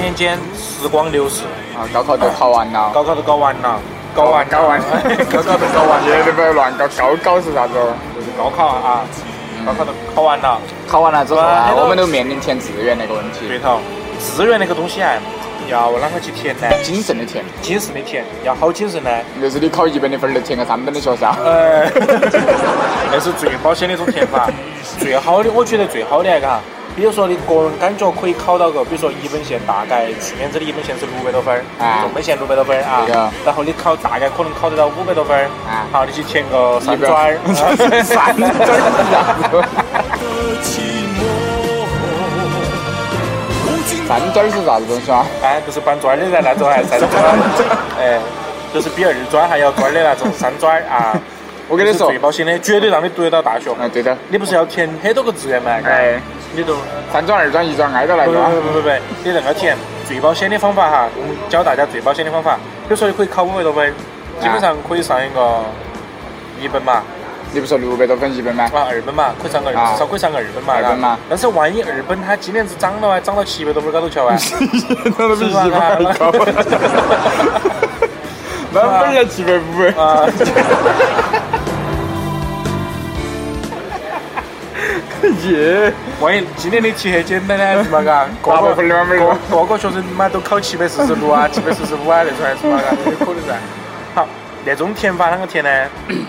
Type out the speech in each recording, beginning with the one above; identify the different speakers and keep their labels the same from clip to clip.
Speaker 1: 年间时光流逝，
Speaker 2: 啊，高考都考完了，
Speaker 1: 高考都搞完了，搞完
Speaker 2: 搞 完，高考都考完了，你不要乱搞，高考是啥子哦？
Speaker 1: 就是高考啊，高考都考完了。
Speaker 2: 考完了之后
Speaker 1: 哇
Speaker 2: 啊，
Speaker 1: 那个
Speaker 2: 我们都面临填志愿那个问
Speaker 1: 对
Speaker 2: 题，
Speaker 1: 头，志愿那个东西啊，要啷个去填呢？
Speaker 2: 谨慎的填，
Speaker 1: 谨慎的填，要好谨慎呢。
Speaker 2: 就是你考一本的分儿，就填个三本的学校。
Speaker 1: 呃，那是最保险的一种填法。最好的，我觉得最好的啊嘎，比如说你个人感觉可以考到个，比如说一本线大概去年子的一本线是六百多分儿，
Speaker 2: 啊
Speaker 1: 重本线六百多分儿
Speaker 2: 对
Speaker 1: 啊
Speaker 2: 啊，
Speaker 1: 然后你考大概可能考得到五百多分儿
Speaker 2: 啊，
Speaker 1: 好，你去填个三
Speaker 2: 一
Speaker 1: 专儿，
Speaker 2: 本 三专是 啥子？三专是啥子东西啊？
Speaker 1: 哎，就是搬砖儿的噻，那种还三砖儿，哎，就是比二专还要专的那种三专儿啊。
Speaker 2: 我跟你
Speaker 1: 是
Speaker 2: 说
Speaker 1: 最，保险的，绝对让你读得到大学。
Speaker 2: 嗯，对的，
Speaker 1: 你不是要填很多个志愿吗？
Speaker 2: 哎，
Speaker 1: 你都
Speaker 2: 三专、二专、一专挨着来
Speaker 1: 不不
Speaker 2: 着啊。
Speaker 1: 不不不，你恁个填最保险的方法哈，我教大家最保险的方法。比如说你可以考五百多分，基本上可以上一个一本嘛，
Speaker 2: 你不是说六百多分一本吗？
Speaker 1: 啊二本嘛，可以上个二，
Speaker 2: 啊
Speaker 1: 至少可以上个二本嘛。
Speaker 2: 二本嘛
Speaker 1: 嘎但是万一二本它今年子涨了啊，涨到七百多分高头去 了啊，
Speaker 2: 那都
Speaker 1: 是吧？
Speaker 2: 那分要七百五。
Speaker 1: 啊，
Speaker 2: 耶！
Speaker 1: 万一今年的题很简单呢，是吧？ 嘎，
Speaker 2: 八百
Speaker 1: 个
Speaker 2: 分两分
Speaker 1: 个
Speaker 2: 钟。
Speaker 1: 个个学生他妈都考七百四十 六啊，七百四十五啊那种还是嘛，嘎有可能噻。好，那种填法啷个填呢？ 嗯。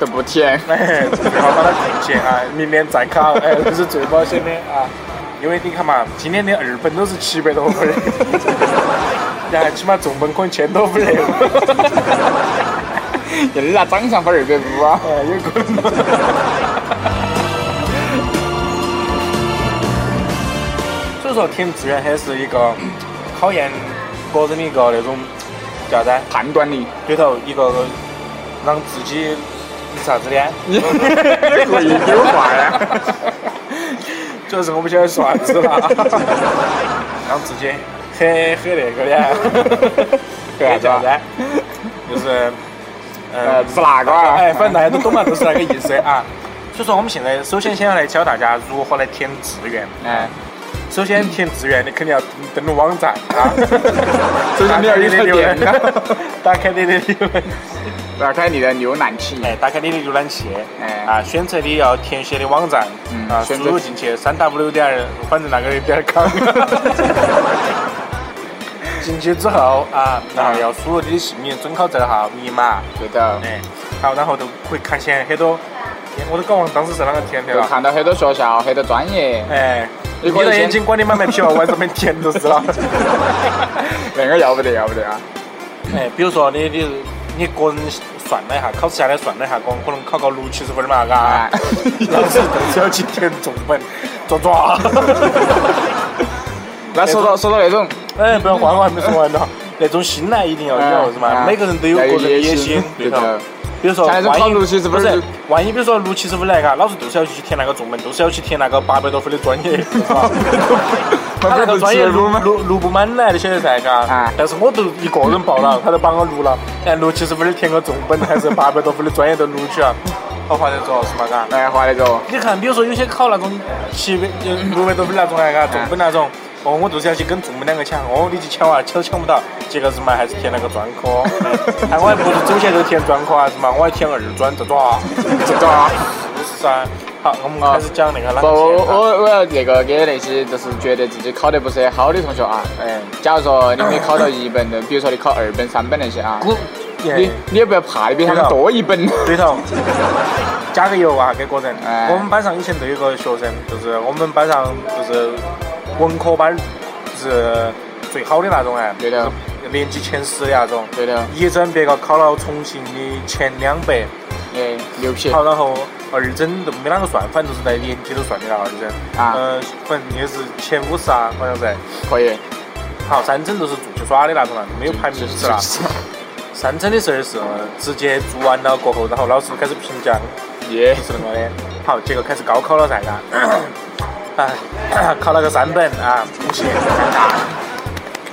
Speaker 2: 都不填，
Speaker 1: 哎，最好把它停起啊，明年再考， 哎，这是最保险的啊。因为你看嘛，今年的二本都是七百多 分 儿，然后起码重本可能千多分儿了，
Speaker 2: 人家涨上分二百五啊！
Speaker 1: 哎，有可能。 所以说，填志愿还是一个考验个人的一个那种叫啥子啊？
Speaker 2: 判断力，
Speaker 1: 对头，一个让自己啥子呢？
Speaker 2: 你故意丢话 呀？
Speaker 1: 主要是我不晓得说啥子了， 让自己很很那个的，
Speaker 2: 啊
Speaker 1: 很简单， 就是嗯，
Speaker 2: 呃，是哪个啊？
Speaker 1: 哎，反正大家都懂嘛，都是那个意思啊。所以说，我们现在首先先要来教大家如何来填志愿。
Speaker 2: 哎，
Speaker 1: 首先填志愿，你肯定要登录网站啊。
Speaker 2: 首先你要有一台电脑，
Speaker 1: 打开你的浏览，
Speaker 2: 打开你的浏览器，
Speaker 1: 哎，打开你的浏览器，
Speaker 2: 哎
Speaker 1: 啊，选择你要填写的网站，
Speaker 2: 嗯
Speaker 1: 啊，输
Speaker 2: 选择
Speaker 1: 入进去三 w 点儿，反正那个点儿 com。进去之后啊，然后要输入你的姓名、准考证号、密码，
Speaker 2: 对的。
Speaker 1: 哎，好，然后就可以看见很多，我都搞忘当时是啷个填的
Speaker 2: 就
Speaker 1: 了。
Speaker 2: 看到很多学校、很多专业，
Speaker 1: 哎，你
Speaker 2: 你可以
Speaker 1: 的眼
Speaker 2: 先
Speaker 1: 睛管你满没皮哦，我还是没填就是了。
Speaker 2: 那个要不得，要不得啊！
Speaker 1: 哎，比如说你你你个人算了一下，考试下来算了一下，可能可能考个六七十分儿嘛，嘎
Speaker 2: 哎，
Speaker 1: 老师就是要去填重本，抓 抓。
Speaker 2: 那说到说到那种，
Speaker 1: 哎，不要换，我还没说 完呢。那种心呢，一定要有，
Speaker 2: 哎
Speaker 1: 是嘛？每个人都有个人的野心，对
Speaker 2: 对
Speaker 1: 头。
Speaker 2: 的。
Speaker 1: 比如说，
Speaker 2: 像那种
Speaker 1: 万
Speaker 2: 考
Speaker 1: 一
Speaker 2: 六七十分
Speaker 1: 不
Speaker 2: 儿
Speaker 1: 是
Speaker 2: 就，
Speaker 1: 万一比如说六七十分来嘎，老师就是要去填那个重本，就是要去填那个八百多分的专 业，是吧？他那个专业录录录不满呢，你晓得噻，嘎
Speaker 2: 哎。
Speaker 1: 但是我都一个人报 了，他都帮我录了，哎，六七十分的填个重本，还是八百多分的专业都录取了，好划得着是嘛，嘎？
Speaker 2: 来画那种，
Speaker 1: 你看，比如说有些考那种七百、呃六百多分那种哎，嘎，重本那种，哦，我就是要去跟重本两个抢，哦，你去抢啊，抢都抢不到，结果是嘛，还是填了个专 科，哎，我还不如走起来就填专科啊，是嘛，我还填二专，这抓，
Speaker 2: 这种啊。
Speaker 1: 是啊。好，我们开始讲那个啷
Speaker 2: 不，我
Speaker 1: 个填啊。
Speaker 2: 我我要那个给那些就是觉得自己考得不是很好的同学啊，哎，假如说你没考到一本的，比如说你考二本、三本那些啊，你
Speaker 1: 耶
Speaker 2: 你也不要怕，你比他们多一本。
Speaker 1: 哎对头，加个油啊，给个人。
Speaker 2: 哎
Speaker 1: 我们班上以前都有个学生，就是我们班上就是文科班儿是最好的那种哎，
Speaker 2: 对头，
Speaker 1: 年级前十的那种。
Speaker 2: 对的，
Speaker 1: 一整别个考了重庆的前两百，
Speaker 2: 哎，牛皮
Speaker 1: 好，然后二整都没啷个算，反正都是在年级都算的了二整。
Speaker 2: 啊
Speaker 1: 呃，反正也是前五十啊，好像是。
Speaker 2: 可以，
Speaker 1: 好，三整都是出去耍的那种了，没有排名制了。三整的事儿是直接做完了过后，然后老师开始评奖，
Speaker 2: 耶
Speaker 1: 就，是那个的。好，结果开始高考了噻， 嘎。 哎，考了个三本啊，恭喜！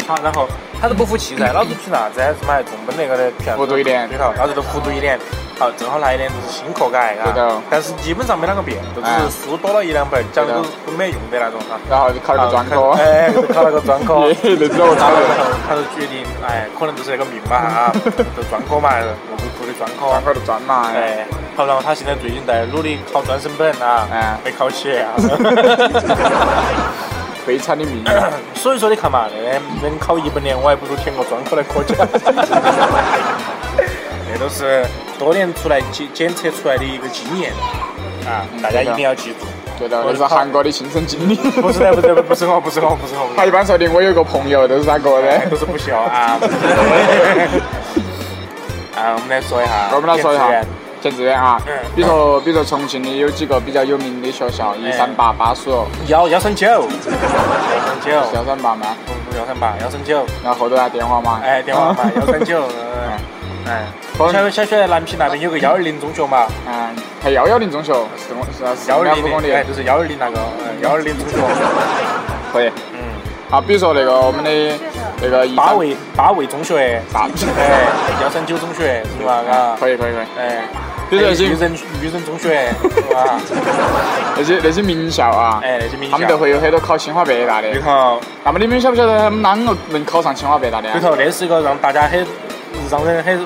Speaker 1: 好，然后他都不服气噻，老子凭啥子？还是买重本那个的？
Speaker 2: 不对的
Speaker 1: 对头，老子都糊涂一脸。好，正好那一年就是新课改，
Speaker 2: 对
Speaker 1: 嘎、
Speaker 2: 头
Speaker 1: 但是基本上没啷个变，就只
Speaker 2: 哎
Speaker 1: 是书多了一两本，讲的
Speaker 2: 对
Speaker 1: 都
Speaker 2: 头
Speaker 1: 都没用的那种哈。
Speaker 2: 然后就考了个专科，
Speaker 1: 哎，考了个专 科。
Speaker 2: 耶，就知道我
Speaker 1: 然
Speaker 2: 咋
Speaker 1: 后
Speaker 2: 了。
Speaker 1: 他就决定，哎，可能就是那个命嘛啊， 就专科嘛，我们读的专
Speaker 2: 专
Speaker 1: 科。
Speaker 2: 科就专嘛，
Speaker 1: 哎，
Speaker 2: 哎，
Speaker 1: 好，然后他现在最近在努力考专升本啊
Speaker 2: 哎，
Speaker 1: 没考起 啊。
Speaker 2: 悲惨的命运。
Speaker 1: 所以说你看嘛，那能考一本年，我还不如填个专科来 科奖。那都是多年出来检检测出来的一个经验啊，
Speaker 2: 嗯
Speaker 1: 大家一定要记住。
Speaker 2: 对头，那是韩国的哎亲身经历。
Speaker 1: 不是的，不是的，不是我，不是我，不是 我，
Speaker 2: 他一般说的，我有个朋友就是咋个
Speaker 1: 哎，
Speaker 2: 的
Speaker 1: 都。是不孝 啊。啊，我们来说一下，
Speaker 2: 我们来说一下
Speaker 1: 填志愿
Speaker 2: 填志愿啊
Speaker 1: 嗯，哎
Speaker 2: 比如说比如说重庆的有几个比较有名的学校，一三八、巴蜀、
Speaker 1: 幺幺三九，幺三九，
Speaker 2: 幺三八嘛，
Speaker 1: 幺三八，幺三九，
Speaker 2: 然后后头来电话嘛，
Speaker 1: 哎，电话号 码幺三九，嗯哎，小小学南平那边有个幺二零中学嘛，
Speaker 2: 嗯，还幺幺零中学是我是是
Speaker 1: 幺二
Speaker 2: 两
Speaker 1: 零
Speaker 2: 五公里
Speaker 1: 的，，哎，就是幺二零那个，幺二零中学，
Speaker 2: 可以。
Speaker 1: 嗯，
Speaker 2: 啊，比如说那个我们的那个一
Speaker 1: 八
Speaker 2: 三
Speaker 1: 位八位中学，
Speaker 2: 八，
Speaker 1: 哎，幺三九中学是吧？
Speaker 2: 嗯
Speaker 1: 啊，
Speaker 2: 可以可以可以，
Speaker 1: 哎，
Speaker 2: 比如说那
Speaker 1: 愚
Speaker 2: 些
Speaker 1: 人愚人中学是 吧？
Speaker 2: 那些那些名校啊，
Speaker 1: 哎，那些名
Speaker 2: 他们都
Speaker 1: 校。
Speaker 2: 会有很多考清华北大
Speaker 1: 里
Speaker 2: 的。
Speaker 1: 头，
Speaker 2: 那么你们晓不晓得他们啷个能考上清华北大的啊？
Speaker 1: 里头，那是一个让大家很让人很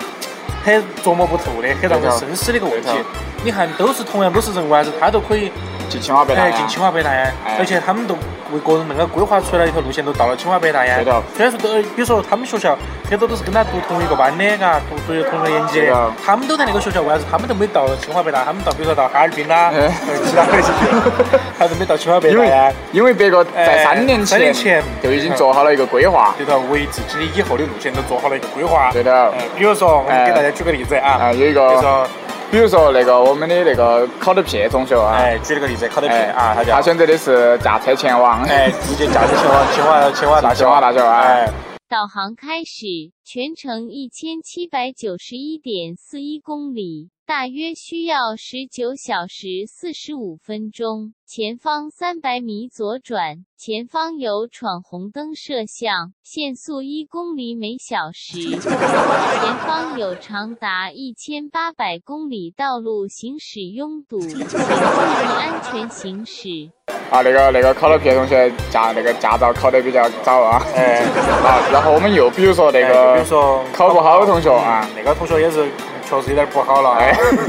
Speaker 1: 很琢磨不透的、很让人深思的一个问题
Speaker 2: 对头。
Speaker 1: 你看，都是同样都是人外，是他都可以
Speaker 2: 进清华北大啊
Speaker 1: 哎
Speaker 2: 呀
Speaker 1: 进。清华北大呀
Speaker 2: 哎，
Speaker 1: 而且他们都为个人恁个规划出来一条路线，都到了清华北大呀
Speaker 2: 对头。
Speaker 1: 虽然说都，呃比如说他们学校很多都是跟他读同一个班的，嘎，读读同一个年级
Speaker 2: 对
Speaker 1: 的
Speaker 2: 头，
Speaker 1: 他们都在那个学校，为啥子他们都没到清华北大？他们到比如说到哈尔滨啦，
Speaker 2: 哎
Speaker 1: 其他那些地方，他都没到清华北
Speaker 2: 因
Speaker 1: 大呀
Speaker 2: 为。因为别个在三年
Speaker 1: 哎三年前
Speaker 2: 前就已经做好了一个规划，
Speaker 1: 对头，为自己以后的路线都做好了一个规划。
Speaker 2: 对头
Speaker 1: 哎比如说，我们
Speaker 2: 哎
Speaker 1: 给大家举个例子啊
Speaker 2: 啊，，有一
Speaker 1: 比如
Speaker 2: 个，
Speaker 1: 说，
Speaker 2: 比如说那个我们的那个考德撇中学啊，
Speaker 1: 哎，举了个例子，考得撇啊，他
Speaker 2: 他
Speaker 1: 叫，
Speaker 2: 选择的是驾车前往，
Speaker 1: 哎，直接嫁给清华清华清华大学，
Speaker 2: 清华大学啊
Speaker 1: 哎，
Speaker 3: 导航开始，全程一千七百九十一点四一公里，大约需要十九小时四十五分钟。前方三百米左转，前方有闯红灯摄像，限速一公里每小时。前方有长达一千八百公里道路行驶拥堵，请注意安全行驶。
Speaker 2: 啊，那个那个考了撇同学驾那个驾照考得比较早啊，
Speaker 1: 哎，
Speaker 2: 啊，然后我们又比如说那
Speaker 1: 哎就比
Speaker 2: 个
Speaker 1: 如说
Speaker 2: 考不好的同学啊，
Speaker 1: 那个同学也是确实有点不好了，
Speaker 2: 哎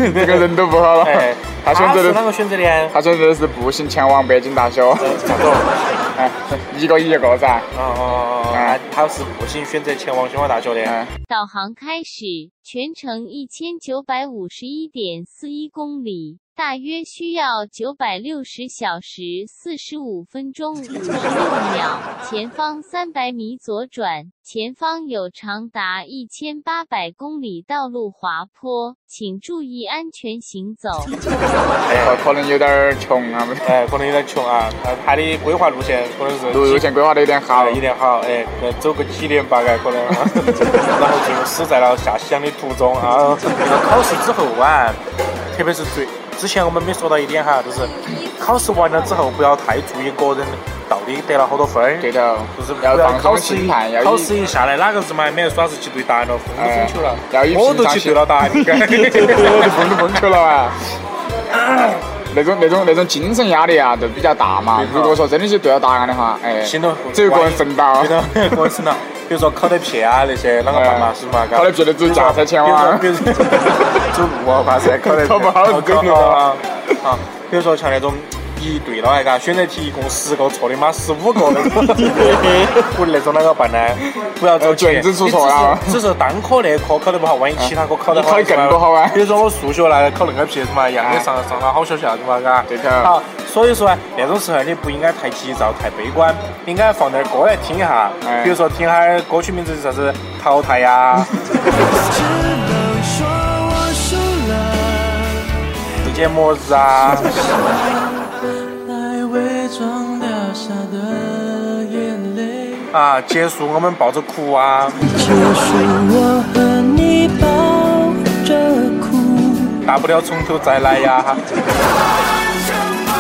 Speaker 1: 哎，，
Speaker 2: 这个人都不好 了
Speaker 1: 哎，，
Speaker 2: 他选择
Speaker 1: 是
Speaker 2: 的
Speaker 1: 啷个选择的呢？
Speaker 2: 他选择的是步行前往北京大学，哦
Speaker 1: 咋走？
Speaker 2: 哎，一个一个噻，
Speaker 1: 哦哦哦，
Speaker 2: 哎
Speaker 1: 那他是步行选择前往清华大学的，
Speaker 2: 嗯，
Speaker 3: 导航开始，全程一千九百五十一点四一公里，大约需要九百六十小时四十五分钟五十六秒。前方三百米左转，前方有长达一千八百公里道路滑坡，请注意安全行走。
Speaker 2: 可可能有点儿穷啊，
Speaker 1: 哎，可能有点穷啊，呃他的规划路线可能是
Speaker 2: 路路线规划的有点好
Speaker 1: 好，一点好，哎，呃走个几年八载可能，啊 然后最后死在了下西洋的途中啊。那个 考试之后啊，特别是最之前我们没说到一点哈，就是考试完了之后不要太注意个人到底得了好多分儿，
Speaker 2: 对头，
Speaker 1: 就是不
Speaker 2: 要放
Speaker 1: 考
Speaker 2: 松
Speaker 1: 试
Speaker 2: 心态，要
Speaker 1: 考
Speaker 2: 以
Speaker 1: 试一下来，哪个日妈没有耍是去对答案了，分都分球了，
Speaker 2: 哎要以
Speaker 1: 我
Speaker 2: 平
Speaker 1: 都
Speaker 2: 常
Speaker 1: 去
Speaker 2: 心
Speaker 1: 对了答案，你看
Speaker 2: 我就蹦都蹦球了 啊。那种那种那种精神压力啊，就比较大嘛
Speaker 1: 对。头
Speaker 2: 如果说真的去对了答案的话，哎，
Speaker 1: 行了，
Speaker 2: 只有个人分到
Speaker 1: 对。的，个人 分到。比如说考得撇啊那些，啷个办嘛？是嘛？嘎
Speaker 2: 考哎得撇的只有驾车前往
Speaker 1: 比如说比如说走路啊，怕噻， 考得
Speaker 2: 考不啊好
Speaker 1: 考
Speaker 2: 走路
Speaker 1: 不好啊。啊，比如说像那种一对了哎，嘎，选择题一共十个，错的妈十 五个那种，我那种啷个办呢？不要着急，
Speaker 2: 呃卷子出错了
Speaker 1: 你只是只是单科那科考得不好，万一其他科考得好，
Speaker 2: 你考得更不好啊
Speaker 1: 比如说我数学那考那个撇子嘛，一样的
Speaker 2: 哎
Speaker 1: 上上了好学校是嘛？嘎。
Speaker 2: 对头
Speaker 1: 好，所以说啊，那种时候你不应该太急躁、太悲观，应该放点儿歌来听一下，
Speaker 2: 哎
Speaker 1: 比如说听下儿歌曲名字是啥子《淘汰》啊呀，
Speaker 4: 只能说我输了，
Speaker 1: 《世界末日》啊，
Speaker 4: 来伪装掉下的眼泪，
Speaker 1: 啊，结束我们抱着哭啊，
Speaker 4: 结束我和你抱着哭。
Speaker 1: 大不了从头再来呀。
Speaker 5: 伤悲，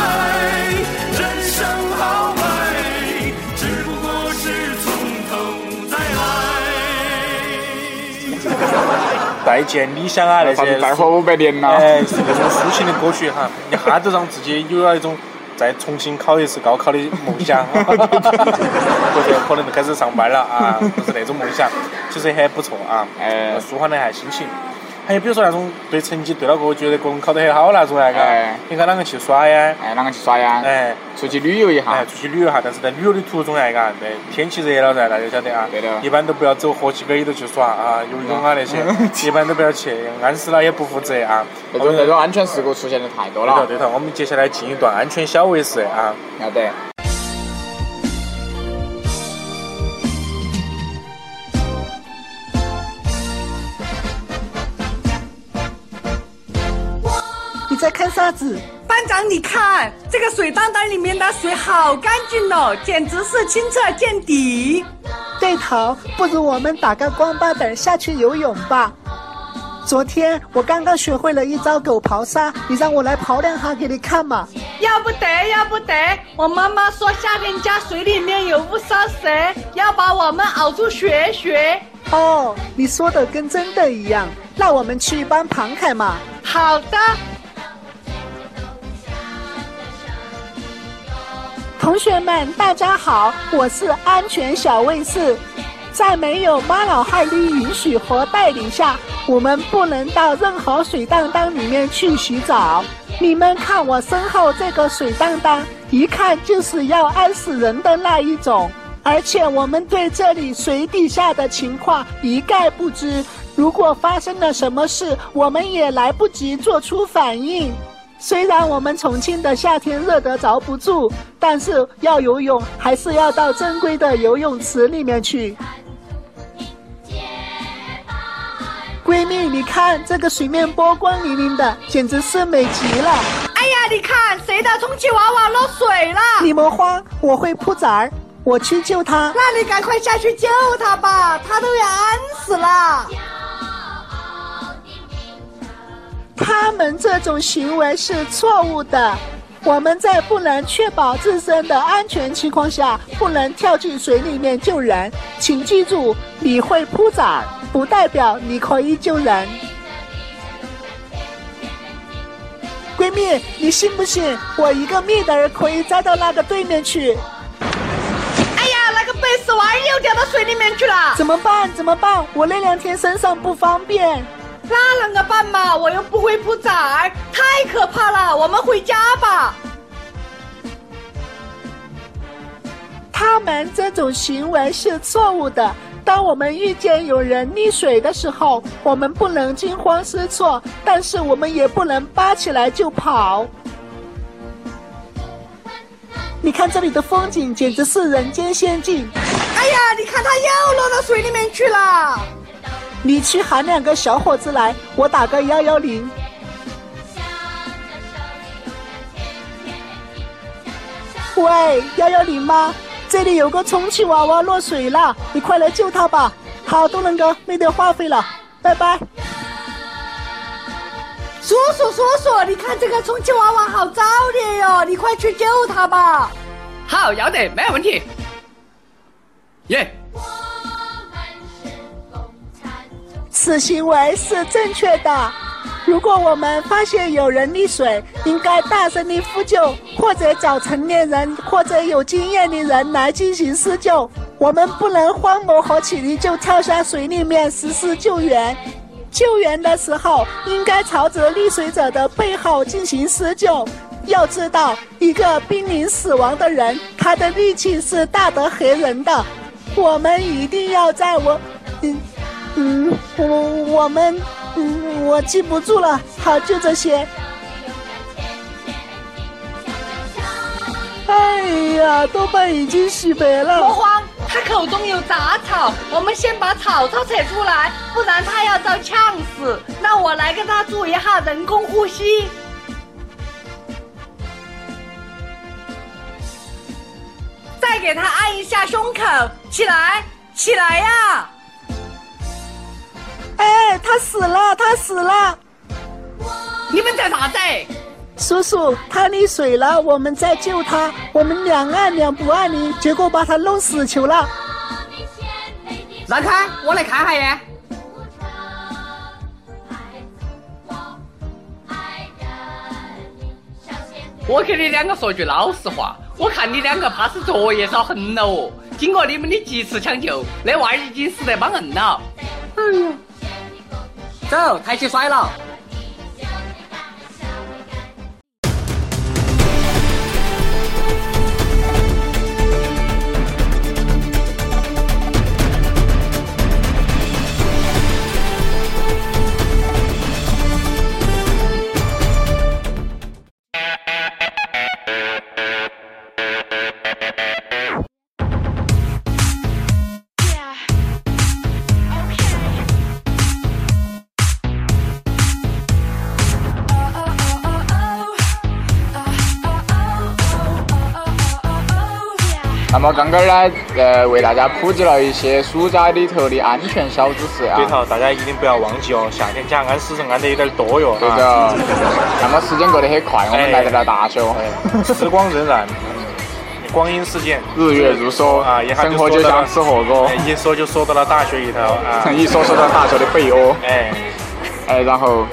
Speaker 5: 人生好美，只不过是从头再来。
Speaker 1: 再见理想啊那
Speaker 2: 啥
Speaker 1: 些
Speaker 2: 子，再活五百年呐、
Speaker 1: 哎，是那种抒情的歌曲哈，一下子让自己有了一种再重新考一次高考的梦 想，或者可能就开始上班了啊，就是那种梦想，其实也还不错啊，
Speaker 2: 哎
Speaker 1: 舒缓了一下心情。还有比如说那种对成绩对到过，觉得各种考得很好那种那个
Speaker 2: 哎，
Speaker 1: 你看啷个去耍呀？
Speaker 2: 哎，啷个去耍呀？
Speaker 1: 哎，
Speaker 2: 出去旅游一
Speaker 1: 哎，
Speaker 2: 下。
Speaker 1: 出去旅游哈，但是在旅游的途中哎，嘎，对，天气热了噻，大家晓得啊，
Speaker 2: 对的
Speaker 1: 一般都不要走河西北头去耍啊，游泳啊那些，
Speaker 2: 嗯
Speaker 1: 一般都不要去，淹死了也不负责 啊。
Speaker 2: 那种那种安全事故出现的太多
Speaker 1: 对头
Speaker 2: 了，
Speaker 1: 对头，我们接下来进一段安全小卫士啊，
Speaker 2: 要得。
Speaker 6: 你在看啥子？
Speaker 7: 班长，你看这个水当当里面的水好干净哦，简直是清澈见底。
Speaker 6: 对头，不如我们打个光巴等下去游泳吧。昨天我刚刚学会了一招狗刨沙，你让我来刨两下给你看嘛。
Speaker 7: 要不得，要不得！我妈妈说夏天家水里面有乌梢蛇，要把我们熬出血血。
Speaker 6: 哦，你说的跟真的一样，那我们去帮庞凯嘛。
Speaker 7: 好的，
Speaker 6: 同学们，大家好，我是安全小卫士。在没有妈老汉的允许和带领下，我们不能到任何水荡荡里面去洗澡。你们看我身后这个水荡荡，一看就是要淹死人的那一种。而且我们对这里水底下的情况一概不知，如果发生了什么事，我们也来不及做出反应。虽然我们重庆的夏天热得遭不住，但是要游泳还是要到正规的游泳池里面去。闺蜜，你看这个水面波光粼粼的，简直是美极了！
Speaker 7: 哎呀，你看谁的充气娃娃落水了？
Speaker 6: 你们慌，我会扑崽儿，我去救她。
Speaker 7: 那你赶快下去救他吧，他都要淹死了。
Speaker 6: 他们这种行为是错误的。我们在不能确保自身的安全情况下，不能跳进水里面救人。请记住，你会扑崽儿，不代表你可以救人。闺蜜，你信不信我一个蜜的儿可以栽到那个对面去？
Speaker 7: 哎呀，那个贝斯娃又掉到水里面去了，
Speaker 6: 怎么办？怎么办？我那两天身上不方便。
Speaker 7: 那啷个办嘛？我又不会扑崽儿，太可怕了，我们回家吧。
Speaker 6: 他们这种行为是错误的。当我们遇见有人溺水的时候，我们不能惊慌失措，但是我们也不能扒起来就跑。你看这里的风景，简直是人间仙境。
Speaker 7: 哎呀，你看它又落到水里面去了。
Speaker 6: 你去喊两个小伙子来，我打个幺幺零。喂，幺幺零吗？这里有个充气娃娃落水了，你快来救他吧！好，东仁哥，没得话费了，拜拜。
Speaker 7: 叔叔叔叔，你看这个充气娃娃好糟的哟，你快去救它吧。
Speaker 8: 好，要得，没有问题。耶、
Speaker 6: 此行为是正确的。如果我们发现有人溺水，应该大声的呼救，或者找成年人或者有经验的人来进行施救。我们不能慌忙和起立就跳下水里面实施救援。救援的时候，应该朝着溺水者的背后进行施救。要知道，一个濒临死亡的人，他的力气是大得吓人的。我们一定要在我，嗯。嗯，我我们，嗯，我记不住了。好，就这些。哎呀，多半已经洗白
Speaker 7: 莫
Speaker 6: 了。
Speaker 7: 慌，它口中有杂草，我们先把草草扯出来，不然它要遭呛死。那我来给它做一下人工呼吸。再给它按一下胸口，起来，起来呀、
Speaker 6: 哎，他死了，他死了。
Speaker 8: 你们在啥子？
Speaker 6: 叔叔，他溺水了，我们在救他。我们两岸两不爱你，结果把他弄死球了。
Speaker 8: 让开，我来看下耶。
Speaker 7: 我给你两个说句老实话，我看你两个怕是作业少很了哦。经过你们的及时抢救，那娃儿已经死得帮硬了。
Speaker 9: 哎走，抬起摔了。
Speaker 2: 那么刚刚呢，呃，为大家普及了一些暑假里头的安全小知识啊
Speaker 1: 对。头，大家一定不要忘记哦，夏天家安死人安得有点多哟。
Speaker 2: 对
Speaker 1: 啊，
Speaker 2: 的。那么时间过得很快，
Speaker 1: 哎
Speaker 2: 我们来到了大学，
Speaker 1: 时光荏苒，嗯光阴似箭。
Speaker 2: 日月如梭
Speaker 1: 啊，一下
Speaker 2: 生活
Speaker 1: 就
Speaker 2: 就
Speaker 1: 说到
Speaker 2: 像吃火锅。
Speaker 1: 哎，一说就说到了大学里头啊
Speaker 2: 一说说到大学的被窝，
Speaker 1: 哎，
Speaker 2: 哎，然后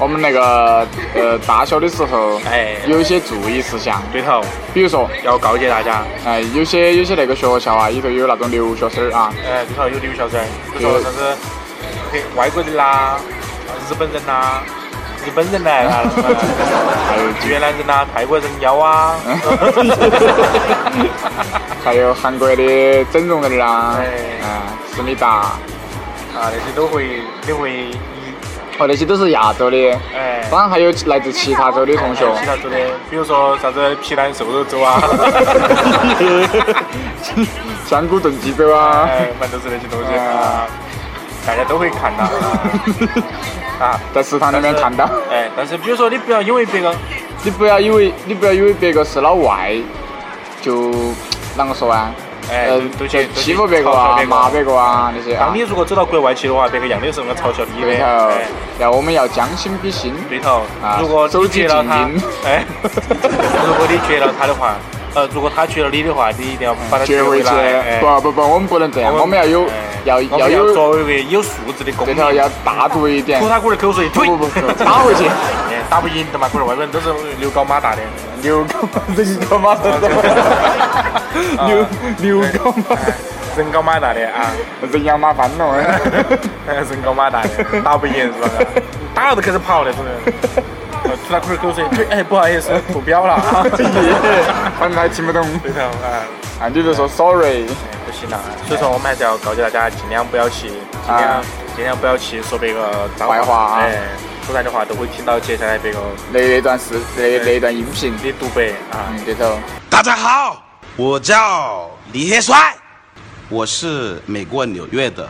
Speaker 2: 我们那个呃大学的时候，
Speaker 1: 哎
Speaker 2: 有一些注意事项，
Speaker 1: 对头，
Speaker 2: 比如说，
Speaker 1: 要告诫大家，
Speaker 2: 哎，有些有些那个学校啊，里头有那种留学生儿啊，
Speaker 1: 呃，对头有留学生，比如说啥子嘿外国的啦，日本人啦，日本人 来啦，啊
Speaker 2: 还有
Speaker 1: 越南人啦，泰国人妖啊。
Speaker 2: 还有韩国的整容人啦，
Speaker 1: 哎
Speaker 2: 嗯，思密达，
Speaker 1: 啊，那些都会都会以
Speaker 2: 哦，那些都是亚洲的，
Speaker 1: 哎，
Speaker 2: 当然还有来自其他州的同学，
Speaker 1: 其他州的，比如说啥子皮蛋瘦肉粥 啊，
Speaker 2: 香菇炖鸡粥啊，
Speaker 1: 哎，反正都是那些东西啊，大家都会看到 啊。
Speaker 2: 在食堂里面看到。
Speaker 1: 哎，但是比如说你不要因为别个，
Speaker 2: 你不要以为你不要以为别个是老外，就啷个说啊？
Speaker 1: 哎都
Speaker 2: 呃
Speaker 1: 去
Speaker 2: 就
Speaker 1: 都去
Speaker 2: 欺负别个
Speaker 1: 嘲笑
Speaker 2: 啊，
Speaker 1: 别个
Speaker 2: 骂别个啊那些啊
Speaker 1: 当你。如果走到国外去的话，别个样的是我嘲笑你的
Speaker 2: 对头，，
Speaker 1: 哎，
Speaker 2: 要我们要将心比心。
Speaker 1: 对头
Speaker 2: 啊。
Speaker 1: 如果你觉了他
Speaker 2: 手机静音，
Speaker 1: 哎， 如果你觉了他的话，呃，如果他觉了你的话，你一定要把他
Speaker 2: 学
Speaker 1: 觉
Speaker 2: 会
Speaker 1: 回
Speaker 2: 去
Speaker 1: 来。哎，
Speaker 2: 不不不，我们不能这样，我们要有
Speaker 1: 哎
Speaker 2: 要
Speaker 1: 我们
Speaker 2: 有
Speaker 1: 作为一个有素质的公
Speaker 2: 对
Speaker 1: 民，
Speaker 2: 头要大度一点
Speaker 1: 吐。他股的口水，
Speaker 2: 不
Speaker 1: 呸！
Speaker 2: 不不，不打回去，
Speaker 1: 哎打不赢的嘛，可能外国人都是牛高马大的。
Speaker 2: 牛狗，这是他妈的
Speaker 1: 啊
Speaker 2: 牛牛狗嘛，
Speaker 1: 哎人高马大的啊，
Speaker 2: 人仰马翻 了。
Speaker 1: 人高马大 的，打不赢是吧？打了都开始跑那种人，呃吐他口口水，呸哎，不好意思，吐标了啊。
Speaker 2: 反正他听不懂
Speaker 1: 对头啊，
Speaker 2: 啊，你就说 sorry。
Speaker 1: 哎不行了，所以说我们还是要告诫大家，尽量不要去，尽量
Speaker 2: 啊
Speaker 1: 尽量不要去说别个脏
Speaker 2: 坏话啊
Speaker 1: 哎，不然的话都会听到接下来别个
Speaker 2: 那那段视那那段音频，
Speaker 1: 的独白啊。
Speaker 2: 嗯，对头，
Speaker 5: 大家好，我叫李黑帅，我是美国纽约的。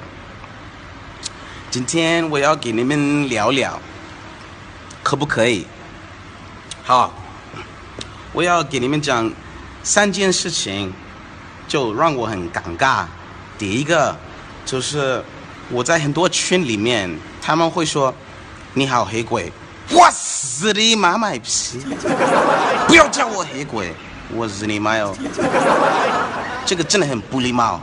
Speaker 5: 今天我要给你们聊聊，可不可以？好，我要给你们讲三件事情，就让我很尴尬。第一个就是我在很多群里面，他们会说：“你好，黑鬼。”我日你妈卖批！不要叫我黑鬼，我日你妈哟！这个真的很不礼貌，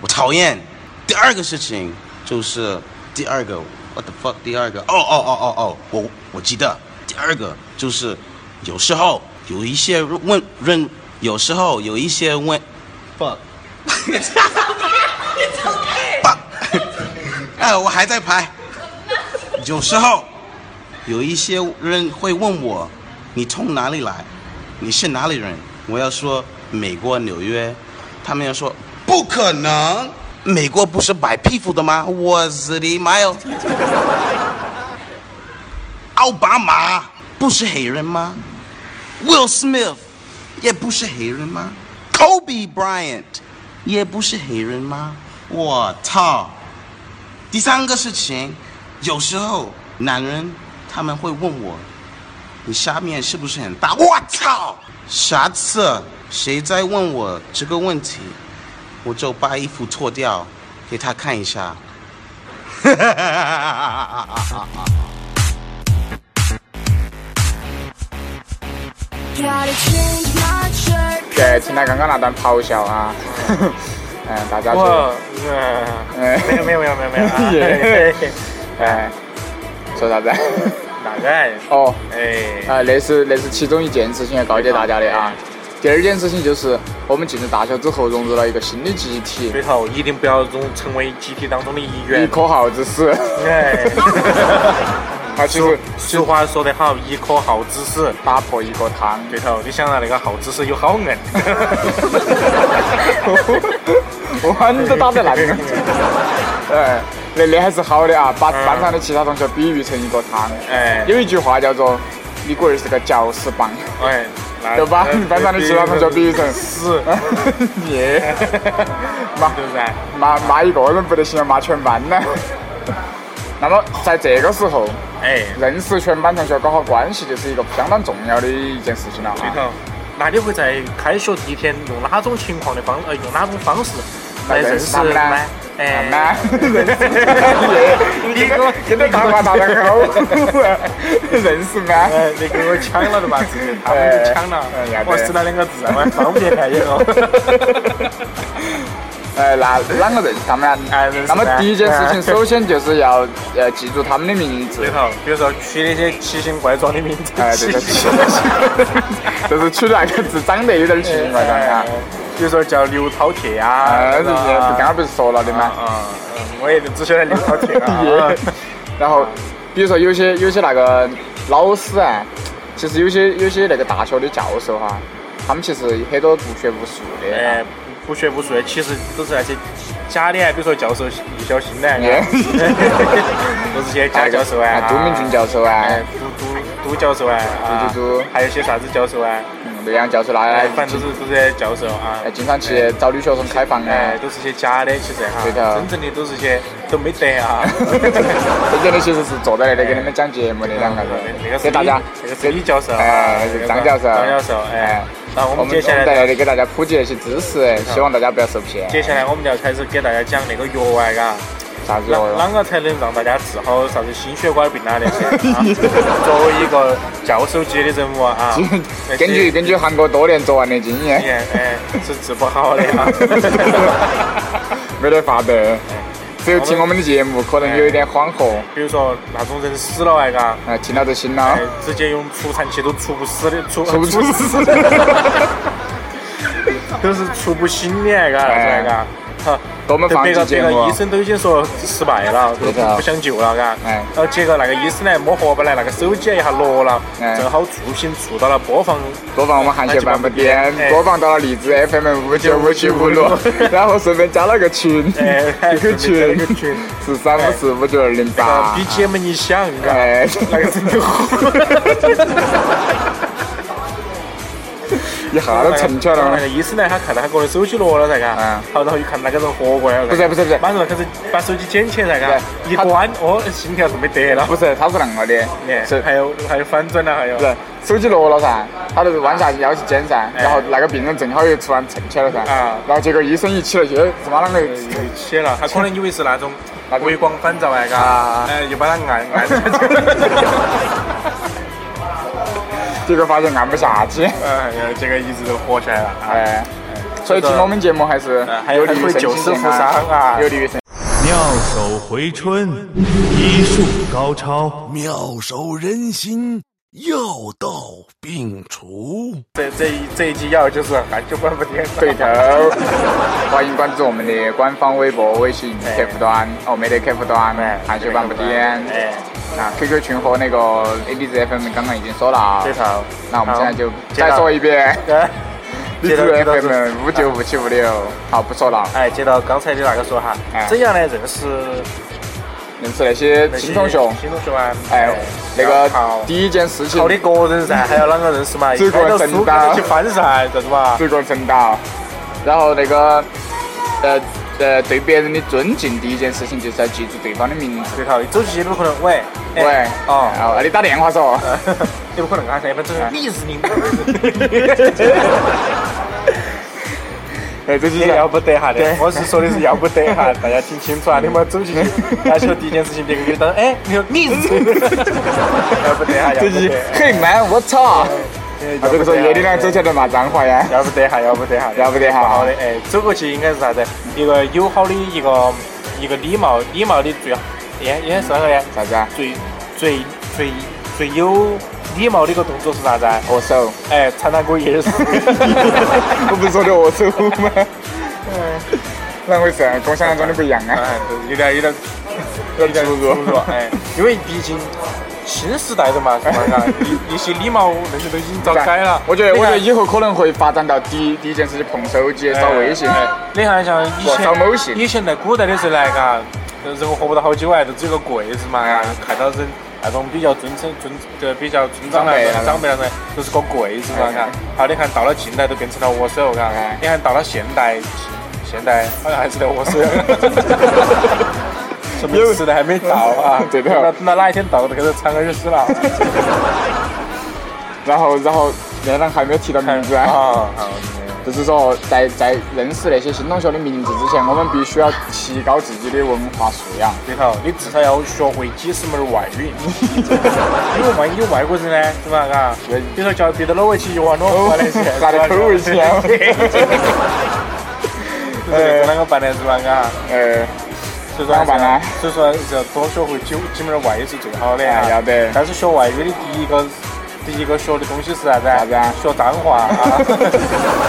Speaker 5: 我讨厌。第二个事情就是第二个，what the fuck？第二个，哦哦哦哦哦，我我记得，第二个就是有时候有一些问人，有时候有一些问，fuck。fuck 哎，我还在拍。有时候有一些人会问我，你从哪里来？你是哪里人？我要说美国纽约，他们要说不可能，美国不是白皮肤的吗？我日你妈 哟！奥巴马不是黑人吗？Will Smith 也不是黑人吗？Kobe Bryant 也不是黑人吗？我操！第三个事情，有时候男人他们会问我，你下面是不是很大？我操！下次谁再问我这个问题，我就把衣服脱掉给他看一 下。
Speaker 2: 对，听他刚刚那段咆哮啊， 嗯，大家就
Speaker 1: 我，嗯，
Speaker 2: 哎
Speaker 1: 没有没有没有没有没有啊
Speaker 2: 也
Speaker 1: 嘿嘿嘿。
Speaker 2: 哎，说啥子？
Speaker 1: 哪个哎？
Speaker 2: 哦，
Speaker 1: 哎，
Speaker 2: 啊，那是那是其中一件事情要告诫大家的啊。第二件事情就是我们进入大学之后融入了一个新的集体，
Speaker 1: 最后一定不要融成为集体当中的一
Speaker 2: 一
Speaker 1: 员。
Speaker 2: 颗耗子屎。
Speaker 1: 哎，
Speaker 2: 啊，其实
Speaker 1: 俗话说得好，一颗好知识。
Speaker 2: 打破一个汤，
Speaker 1: 对头，你想到那个好知识有好硬，
Speaker 2: 我碗都打得烂。 哎，那那还是好的啊，把班上的其他同学比喻成一个汤。
Speaker 1: 嗯哎
Speaker 2: 有一句话叫做“你龟儿是个搅屎棒
Speaker 1: 哎，”，那
Speaker 2: 就 把班上的其他同学比喻成
Speaker 1: 屎，
Speaker 2: 你 骂
Speaker 1: 对不对？
Speaker 2: 骂骂一个人不得行，骂全班呢。 那么在这个时候，
Speaker 1: 哎，
Speaker 2: 认识全班同学搞好关系，就是一个相当重要的一件事情了
Speaker 1: 对
Speaker 2: 啊。
Speaker 1: 头。那你会在开学第一天用哪种情况的方呃用哪种方式来认识
Speaker 2: 来认识他们呢
Speaker 1: 哎，
Speaker 2: 慢慢认识你，你跟我跟你大话大得 好，认识吗？
Speaker 1: 哎，你给我抢了的吧？直接他们就抢了
Speaker 2: 哎呀，对
Speaker 1: 我识了两个字，我还方便看一眼哦。
Speaker 2: 哎，那啷个认识他们
Speaker 1: 哎
Speaker 2: 啊
Speaker 1: 认识？
Speaker 2: 那么
Speaker 1: 噻
Speaker 2: 第一件事情，
Speaker 1: 哎
Speaker 2: 首先就是要呃记住他们的名字
Speaker 1: 对。头，比如说取那些奇形怪状的名字，
Speaker 2: 哎，对对对，就是取那个字长得有点奇
Speaker 1: 哎
Speaker 2: 怪的啊。
Speaker 1: 比如说叫刘饕餮呀，
Speaker 2: 啊，
Speaker 1: 是
Speaker 2: 这些刚刚不是说了的吗？
Speaker 1: 啊，嗯我也就只晓得刘啊饕餮了
Speaker 2: 也。然后，比如说有些有些那个老师啊，其实有些有些那个大学的教授哈、他们其实很多不学无术的、啊。
Speaker 1: 哎，不学无术的，其实都是那些假的，比如说教授易小星呢，
Speaker 2: 哎
Speaker 1: 都是些假教授啊，
Speaker 2: 杜哎明俊教授啊，
Speaker 1: 哎，杜杜杜教授啊，啊
Speaker 2: 杜杜杜
Speaker 1: 还有些啥子教授啊？
Speaker 2: 嗯刘洋教授啦
Speaker 1: 哎，，反正都是都是些教授啊
Speaker 2: 哎，，经常去找女学生开房啊
Speaker 1: 哎，，都是些假的，其实哈，
Speaker 2: 对头
Speaker 1: 真正的都是些都没得啊。
Speaker 2: 真正的其实是坐在那里给你们讲节目的两
Speaker 1: 那哎
Speaker 2: 个
Speaker 1: 个
Speaker 2: 人，
Speaker 1: 是
Speaker 2: 给大家
Speaker 1: 李，那个是李教授，
Speaker 2: 哎，
Speaker 1: 那
Speaker 2: 是
Speaker 1: 个
Speaker 2: 张教授，
Speaker 1: 张教授，哎，然后我
Speaker 2: 我
Speaker 1: 们
Speaker 2: 们
Speaker 1: 接
Speaker 2: 我
Speaker 1: 下
Speaker 2: 们在
Speaker 1: 来
Speaker 2: 那。里给大家普及一些知识，希望大家不要受骗。
Speaker 1: 接下来我们就要开始给大家讲那个药丸，嘎，
Speaker 2: 啥子
Speaker 1: 啷
Speaker 2: 哦？
Speaker 1: 啷个才能让大家治好啥子心血管病啊那 些？啊作为一个教授级的人物啊，那些
Speaker 2: 根据根据韩国多年做完的经验，
Speaker 1: 哎哎是治不好的 啊。
Speaker 2: 没得法的。只有听我们的节目，可能有一点恍惚，
Speaker 1: 比如说那种人死了哎，嘎，
Speaker 2: 啊，听了就醒
Speaker 1: 哎
Speaker 2: 了，
Speaker 1: 直接用除颤器都除不死的，除
Speaker 2: 出 不出事？
Speaker 1: 都是除不醒的哎，嘎，那种哎，嘎。好
Speaker 2: 多么防
Speaker 1: 别
Speaker 2: 止
Speaker 1: 个
Speaker 2: 节
Speaker 1: 别个
Speaker 2: 目
Speaker 1: 医，生都已经说失败了，都
Speaker 2: 对头
Speaker 1: 不想救了，嘎。
Speaker 2: 哎
Speaker 1: 然后结果那个医生呢，摸合本来那个手机一下落了，
Speaker 2: 哎
Speaker 1: 正好触屏触到了播放
Speaker 2: 播放我们韩雪版本店
Speaker 1: 哎，
Speaker 2: 播放到了荔枝 FM 五九五七五六，然后顺便加了个群，
Speaker 1: 哎
Speaker 2: 一
Speaker 1: 顺便
Speaker 2: 个群
Speaker 1: 加了个群
Speaker 2: 是三五四五九二零八
Speaker 1: 啊，BGM 一响，嘎，
Speaker 2: 哎，
Speaker 1: 那个声音
Speaker 2: 一下都沉起来
Speaker 1: 哎那
Speaker 2: 了
Speaker 1: 个。医生呢，他看到他个人手机落了噻，嘎，
Speaker 2: 嗯
Speaker 1: 好，然后又看到那个人活过来了，
Speaker 2: 不是不是不是
Speaker 1: 马上开始把手机捡起来，嘎，
Speaker 2: 不是
Speaker 1: 一
Speaker 2: 他
Speaker 1: 关，哦，心跳是没得了
Speaker 2: 不，是，他是啷个的，
Speaker 1: 哎
Speaker 2: 是
Speaker 1: 还有还有反转啊了，还有
Speaker 2: 不，是手机落了噻，他就是弯下腰去捡噻，
Speaker 1: 哎
Speaker 2: 然后那个病人正好又突然蹭起来了噻，
Speaker 1: 啊
Speaker 2: 然后结果医生一起来，去，哎他妈啷个？
Speaker 1: 又起了，他可能以为是那种
Speaker 2: 那种
Speaker 1: 微光反照哎，嘎
Speaker 2: 啊，
Speaker 1: 哎，又把他按按下去，
Speaker 2: 结果发现按不下去，
Speaker 1: 哎呀，这个一直都活下来了，啊
Speaker 2: 哎，所以听我们节目还是
Speaker 1: 呃还
Speaker 2: 有利
Speaker 1: 还
Speaker 2: 于
Speaker 1: 会
Speaker 2: 身
Speaker 1: 久
Speaker 2: 心
Speaker 1: 视
Speaker 2: 健
Speaker 1: 扶伤
Speaker 2: 康
Speaker 1: 啊
Speaker 2: 有利于身。
Speaker 9: 妙手回春，医术高超，
Speaker 5: 妙手仁心，药到病除。
Speaker 1: 这这一这一剂药就是很久管不天了，
Speaker 2: 对头，欢迎关注我们的官方微博、微信
Speaker 1: 哎
Speaker 2: 客户端，哦，没得客户端，韩雪版不点，
Speaker 1: 哎，
Speaker 2: 啊，QQ 群和那个 A D Z F M 刚刚已经说了啊
Speaker 1: 对，头，
Speaker 2: 那我们现在就
Speaker 1: 好
Speaker 2: 再说一遍。
Speaker 1: 哎
Speaker 2: 荔
Speaker 1: 接
Speaker 2: 枝
Speaker 1: 到哎 接到这
Speaker 2: FM 五九五七五六，好，不说了。
Speaker 1: 哎，接到刚才的那个说哈
Speaker 2: 哎，
Speaker 1: 怎样来认识
Speaker 2: 认识那些
Speaker 1: 那些
Speaker 2: 新同学，
Speaker 1: 新同学啊，
Speaker 2: 哎，那
Speaker 1: 靠
Speaker 2: 个第一件事情
Speaker 1: 靠，你个人噻，还要啷个认识嘛？
Speaker 2: 自
Speaker 1: 一
Speaker 2: 个
Speaker 1: 开
Speaker 2: 人
Speaker 1: 到
Speaker 2: 承
Speaker 1: 书
Speaker 2: 担
Speaker 1: 开始去翻噻，啥子嘛？
Speaker 2: 自个儿承担。然后那个，呃呃，对别人的尊敬，第一件事情就是要记住对方的名字。
Speaker 1: 对头，走起都可能喂，哎
Speaker 2: 喂，
Speaker 1: 哦，呃
Speaker 2: 哦，你打电话说，
Speaker 1: 也不可能啊，那边只是你是你，
Speaker 2: 哎，这就是
Speaker 1: 你要不得哈的
Speaker 2: 对。
Speaker 1: 我是说的是要不得哈，大家听清楚啊，你们走进去，他说第一件事情，别个就当哎，你说你 是谁要哎不得啊哈，要
Speaker 2: 这
Speaker 1: 不
Speaker 2: 就是
Speaker 1: 得。
Speaker 2: 很 man，我操！啊，
Speaker 1: 哎
Speaker 2: 啊这个时候夜里呢，走起来就骂脏话呀。
Speaker 1: 要不得哈，要不得哈，
Speaker 2: 要不得哈
Speaker 1: 不好的，哎，走过去应该是啥子？一个友好的一个一个礼貌，礼貌的最好，也也是啥个呢？
Speaker 2: 啥子啊？
Speaker 1: 最最最最有礼貌的一个动作是啥子啊？
Speaker 2: 握手，
Speaker 1: 哎，长滩哥 也是。
Speaker 2: 我不是说的握手吗？嗯，哪回事？跟我想象中的不一样啊，
Speaker 1: 哎，对有点有点
Speaker 2: 有点出入
Speaker 1: 出。入，哎， 因为毕竟新时代的嘛，是 吧？啊一一些礼貌那些都已经遭改了。
Speaker 2: 啊我觉得，
Speaker 1: 你
Speaker 2: 我
Speaker 1: 看
Speaker 2: 觉得以后可能会发展到第一第一件事情碰手机、扫微信。
Speaker 1: 哎你看像以
Speaker 2: 我扫某
Speaker 1: 前
Speaker 2: 信
Speaker 1: 以前在古代的时候来嘎，人活不到好久啊，都只有个柜子嘛，
Speaker 2: 哎
Speaker 1: 看到人那种比较尊称尊呃比较尊长的
Speaker 2: 长辈啊
Speaker 1: 长辈那种，就是个柜子嘛，
Speaker 2: 哎
Speaker 1: 嘎。好，你看到了近代都变成了握手，嘎
Speaker 2: 哎。，
Speaker 1: 你看到了现代，现代好像还是在握手。说 明时代还没到啊
Speaker 2: 对的
Speaker 1: 等到等到哪一天到，就开始长耳屎了。
Speaker 2: 然后，然后那张还没有提到名字 啊。
Speaker 1: 啊，
Speaker 2: 就是说，在在认识那些新同学的名字之前，我们必须要提高自己的文化啊素养。
Speaker 1: 对头，你至少要学会几十门外语，因为万一有外国人呢，是吧？嘎，比如说叫彼得罗维奇、约翰诺夫那些，
Speaker 2: 哦拿得抠一下
Speaker 1: 呃，啷个办呢？是吧？嘎，
Speaker 2: 呃，
Speaker 1: 所以说
Speaker 2: 啷个办呢？
Speaker 1: 所以说是要多学会几几门外语是最好的
Speaker 2: 哎要得
Speaker 1: 但是学外语的第一个。第一个学的东西是啥子啊？
Speaker 2: 啥子啊
Speaker 1: 学脏话啊！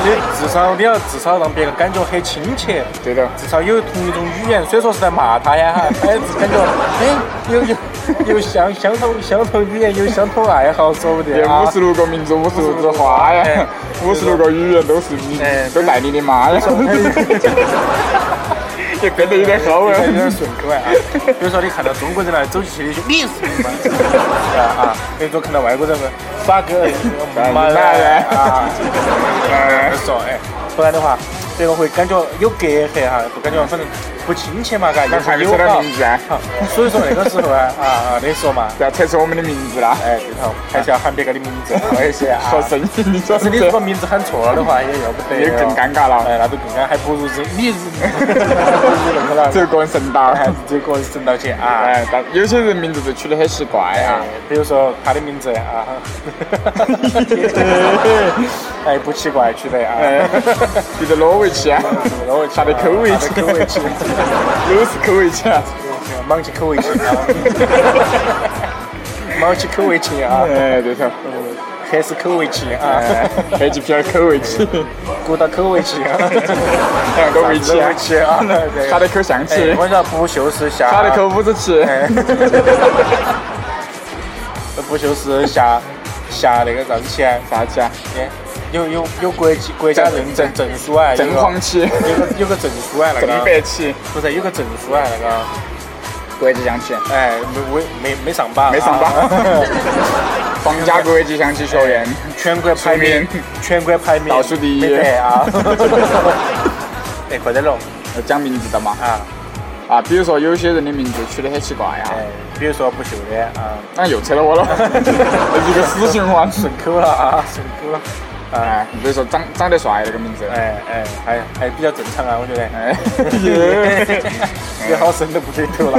Speaker 1: 你至少你要至少让别个感觉很亲切，
Speaker 2: 对头，
Speaker 1: 至少有同一种语言，虽说是在骂他呀，哈，哎，感觉哎有有有相相同相同语言，有相同爱好，说不定
Speaker 2: 这
Speaker 1: 啊
Speaker 2: 五。十六个民族，五十六枝花呀，五十六个语言都是你
Speaker 1: 哎，
Speaker 2: 都带你的妈呀， 也跟得有点好啊
Speaker 1: 有。点顺口啊。比如说你看到中国人来走起去，你是什么？啊啊！比如说看到外国人，耍个妈呀啊！说哎，不然的话，这个会感觉有隔阂哈，不感觉反正不亲切嘛，嘎，
Speaker 2: 那
Speaker 1: 又
Speaker 2: 还
Speaker 1: 是
Speaker 2: 没
Speaker 1: 友
Speaker 2: 说到
Speaker 1: 好。
Speaker 2: 名字啊，
Speaker 1: 好所以说那个时候啊啊啊，你说嘛。
Speaker 2: 不要猜出我们的名字啦。
Speaker 1: 哎，对头，还是要喊别个的名字好一些啊。
Speaker 2: 好生硬，你说
Speaker 1: 但是
Speaker 2: 是
Speaker 1: 你
Speaker 2: 这
Speaker 1: 如果名字喊错了的话，也要不得，
Speaker 2: 也更尴尬了
Speaker 1: 哎，那就更尴尬，还不如是你是还不如那个了，
Speaker 2: 走个人神道。
Speaker 1: 还是这个人整到起啊。
Speaker 2: 哎，但有些人名字就取得很奇怪啊
Speaker 1: 哎。，比如说他的名字 啊，哎，不奇怪，取得啊，
Speaker 2: 哎，你的挪威奇啊，
Speaker 1: 然后
Speaker 2: 他的口味
Speaker 1: 他的口味起，
Speaker 2: 都是口味 奇啊。
Speaker 1: 莽起口味起啊，莽起口味起啊，
Speaker 2: 哎，对头，
Speaker 1: 还是口味起啊，
Speaker 2: 哎，黑几片口味奇，
Speaker 1: 鼓到口味起啊，
Speaker 2: 两个味奇啊，
Speaker 1: 起啊，对
Speaker 2: 他的口香
Speaker 1: 哎
Speaker 2: 气，
Speaker 1: 我讲不修饰下，
Speaker 2: 他的口五子气，
Speaker 1: 哎不修饰下下那个啥子钱，
Speaker 2: 啥气啊？
Speaker 1: 哎有有有国际国家认证证书啊，
Speaker 2: 正黄旗，
Speaker 1: 有个有个证书啊，那
Speaker 2: 正
Speaker 1: 个
Speaker 2: 白旗，
Speaker 1: 不是有个证书啊，那个
Speaker 2: 国际象棋，
Speaker 1: 哎没没没没上榜，
Speaker 2: 没上榜
Speaker 1: 啊
Speaker 2: 皇家国际象棋学院，
Speaker 1: 全国排名
Speaker 2: 出名
Speaker 1: 全国排名
Speaker 2: 倒数第一
Speaker 1: 没得 啊，哎快点弄
Speaker 2: 要讲名字的嘛。
Speaker 1: 啊，
Speaker 2: 啊，比如说有些人的名字取得很奇怪啊，
Speaker 1: 哎比如说不锈的啊，
Speaker 2: 啊，又扯 到我了，一个死循环。
Speaker 1: 顺口了啊，顺口了，
Speaker 2: 哎，比如说长长得帅那个名字，
Speaker 1: 哎哎还还比较正常啊，我 觉得。
Speaker 2: 哎，
Speaker 1: 也好深都不对头了。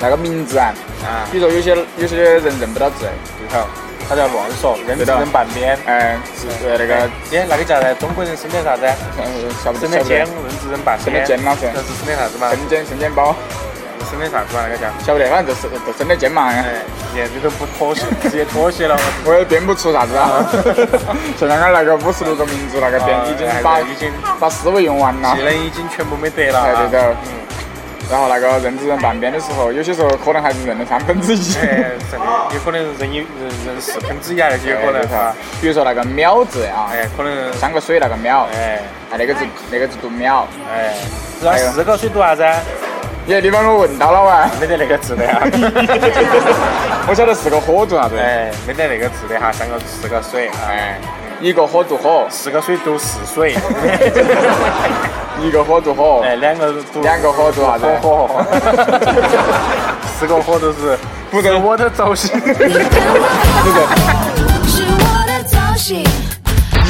Speaker 2: 那个名字啊，
Speaker 1: 啊，
Speaker 2: 比如说有些有些人认不到字，
Speaker 1: 对头，他在乱说，认字
Speaker 2: 对的
Speaker 1: 认半边。
Speaker 2: 哎，是呃那
Speaker 1: 那
Speaker 2: 个
Speaker 1: 个，哎，那个叫啥？中国人生的啥子？
Speaker 2: 呃晓不
Speaker 1: 生
Speaker 2: 晓
Speaker 1: 的
Speaker 2: 得？
Speaker 1: 煎，认字认半
Speaker 2: 生的
Speaker 1: 边。
Speaker 2: 肩嘛是，
Speaker 1: 那是生的啥子嘛？
Speaker 2: 生煎生煎包，
Speaker 1: 生的啥子嘛？那个叫？
Speaker 2: 晓不得，反正就是就生的肩嘛。
Speaker 1: 哎，连这都不妥协，直接妥协了。
Speaker 2: 我也编不出啥子啊， 像刚刚那个五十六个名字那个编，已经把
Speaker 1: 啊已经
Speaker 2: 把思维用完了
Speaker 1: 技。能已经全部没得了啊。
Speaker 2: 哎，对头
Speaker 1: 嗯。
Speaker 2: 然后那个认字认半边的时候，有些时候可能还是认得三分之一。
Speaker 1: 哎，真的，有可能人一人人四分之一啊，那些有可能
Speaker 2: 哎
Speaker 1: 啊。，
Speaker 2: 比如说那个淼字啊，
Speaker 1: 哎，可能。
Speaker 2: 三个水那个淼，哎，
Speaker 1: 哎
Speaker 2: 那个字那个字读淼。
Speaker 1: 哎，那四个水读啥子啊？
Speaker 2: 耶，你把我问到了 哇！
Speaker 1: 没得那个字的啊。
Speaker 2: 我晓得是个火读啥子，
Speaker 1: 哎，没得那个字的哈，三个四个水，哎，
Speaker 2: 一个火读火，
Speaker 1: 四个水读四 水，
Speaker 2: 一个火读火，
Speaker 1: 哎，两个读
Speaker 2: 两个火读啊啥子？
Speaker 1: 火火，四个火都是
Speaker 2: 不得
Speaker 1: 我的造型，
Speaker 10: 是我的造型，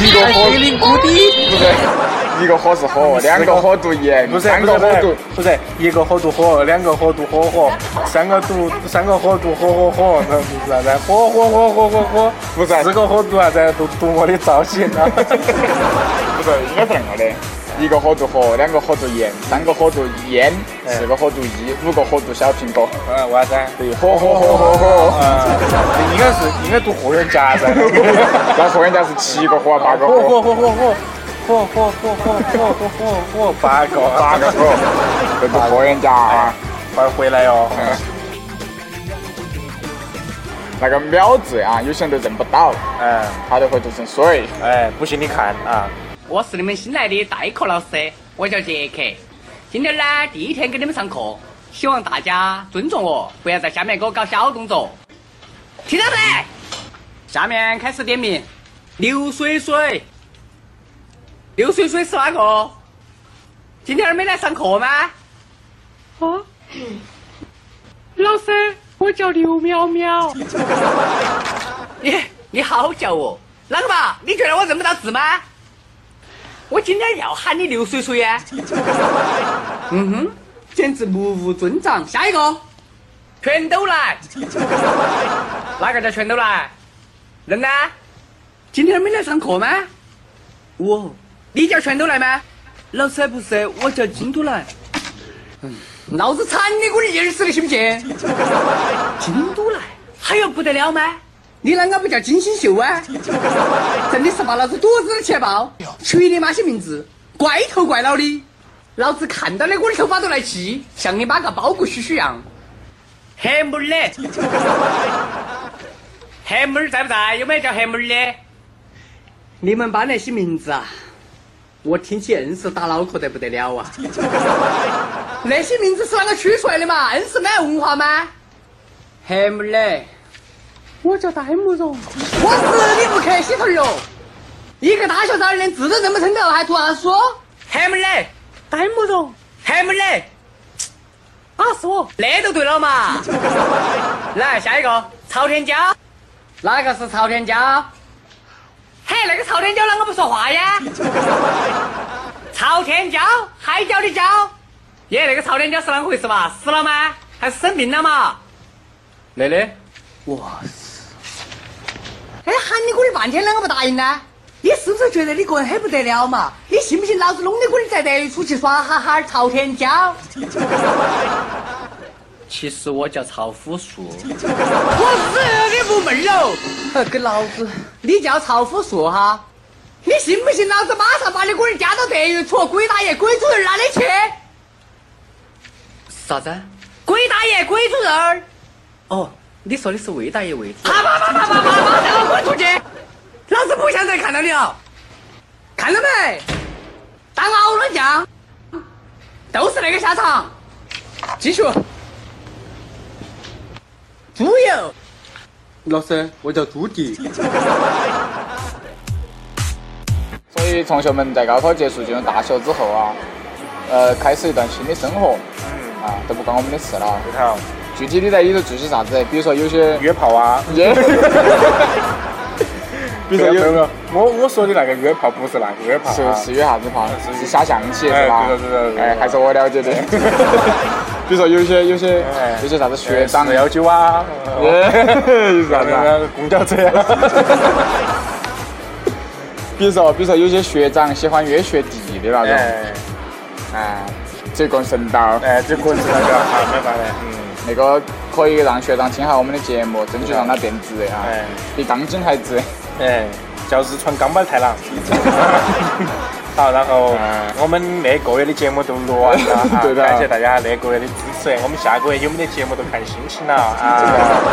Speaker 2: 一个火灵谷底，不是，一个火是火，哦两个火读盐，
Speaker 1: 不是
Speaker 2: 三
Speaker 1: 不
Speaker 2: 个
Speaker 1: 是
Speaker 2: 火读，
Speaker 1: 不是一个火读火，两个火读火火，三个读三个火读火火火，那是啥子？火火火火火火，
Speaker 2: 不是
Speaker 1: 四个火读啥子？读读我的造型啊！
Speaker 2: 不是，应该是那个的。一个火烛盒，两个火烛盐，三个火烛烟，
Speaker 1: 哎
Speaker 2: 四个火烛一，五个火烛小苹果。
Speaker 1: 嗯，为啥子？
Speaker 2: 对，火火火火火。
Speaker 1: 嗯，应该是应该读霍元甲噻。
Speaker 2: 那霍元甲是七个火，八个
Speaker 1: 火火
Speaker 2: 火，
Speaker 1: 火火火火火火火火火火火八个
Speaker 2: 八个火，这个霍元甲啊。
Speaker 1: 快回来哦哟！
Speaker 2: 那个秒字啊，有些人都认不到，
Speaker 1: 嗯，
Speaker 2: 他都会读成水。
Speaker 1: 哎，不信你看啊，
Speaker 7: 我是你们新来的代课老师，我叫杰克。今天呢，第一天给你们上课，希望大家尊重我，不要在下面给我搞小动作。听到没？下面开始点名。刘水水，刘水水是哪个？今天没来上课吗？
Speaker 11: 啊，老师，我叫刘淼淼。
Speaker 7: 你你好叫哦，啷个嘛？你觉得我认不到字吗？我今天要喊你刘水水呀、 嗯哼，简直目无尊长。下一个，全都来，哪个叫全都来？人呢？今天没来上课吗？我，你叫全都来吗？老师不是，我叫金都来。嗯，老子铲你滚一死的信不信？金都来，还要不得了吗？你啷个不叫金星秀啊？真的是把老子肚子都气爆！取你妈些名字，怪头怪脑的，老子看到你我的头发都来气，像你妈个包谷须须样。黑妹儿 嘞，黑妹儿在不在？有没有叫黑妹儿的？你们班那些名字啊，我听起硬是打脑壳得不得了 啊！那些名字是啷个取出来的嘛？硬是没文化吗？黑妹儿嘞。
Speaker 11: 我叫戴慕容。
Speaker 7: 我日你不客气头儿哟！一个大学生连字都认不称头，还读啥书？还没嘞，
Speaker 11: 戴慕容，
Speaker 7: 还没嘞，
Speaker 11: 啊是我，
Speaker 7: 那都对了嘛。 来下一个，朝天椒，哪个是朝天椒？嘿，那个朝天椒啷个不说话呀？ 朝天椒，海椒的椒。耶，那个朝天椒是啷个回事嘛？死了吗？还是生病了嘛？蕾蕾，哇哎，喊你滚了半天，啷个不答应呢？你是不是觉得你个人很不得了嘛？你信不信老子弄得滚在德语出去耍哈哈朝天椒？其实我叫曹虎树。我日你不门喽！呃给老子！你叫曹虎树哈？你信不信老子马上把你个人加到德语处，鬼大爷鬼主任那里去？啥子？鬼大爷鬼主任儿？哦，你说的是魏大爷魏子？啪啪啪啪啪啪啪！让我滚出去！老子不想再看到你了，看到没？打熬了酱，都是那个下场。继续。猪油。老师，我叫朱迪。
Speaker 2: 所以同学们在高考结束进入大学之后啊，呃，开始一段新的生活，啊，都不关我们的事了。
Speaker 1: 对头，
Speaker 2: 具体你在里头做些啥子？比如说有些
Speaker 1: 哦约炮啊，
Speaker 2: 也，
Speaker 1: 比如说有没有？我我说的那个约炮不是那个约炮
Speaker 2: 是
Speaker 1: 啊，
Speaker 2: 是约啥子炮？是下象棋
Speaker 1: 哎
Speaker 2: 是吧
Speaker 1: 对的对的对？的
Speaker 2: 哎，还是我了解的。 比如说有些有些
Speaker 1: 哎
Speaker 2: 有些啥子学长
Speaker 1: 四幺九啊，
Speaker 2: 是啥子 啊？
Speaker 1: 那个公交车啊，
Speaker 2: 比如说比如说有些学长喜欢约学弟的那种，
Speaker 1: 哎
Speaker 2: 哎，这个神道。
Speaker 1: 哎，这个是那个啊，没办法，嗯，
Speaker 2: 那个可以让学长听下我们的节目，争取让他变直啊，
Speaker 1: 哎
Speaker 2: 比钢筋还直。
Speaker 1: 哎，叫日川钢板太 郎。好，然后
Speaker 2: 嗯
Speaker 1: 我们那个月的节目都录完了啊，
Speaker 2: 对的
Speaker 1: 感谢大家那个月的支持。我们下个月有没得节目都看心情了啊。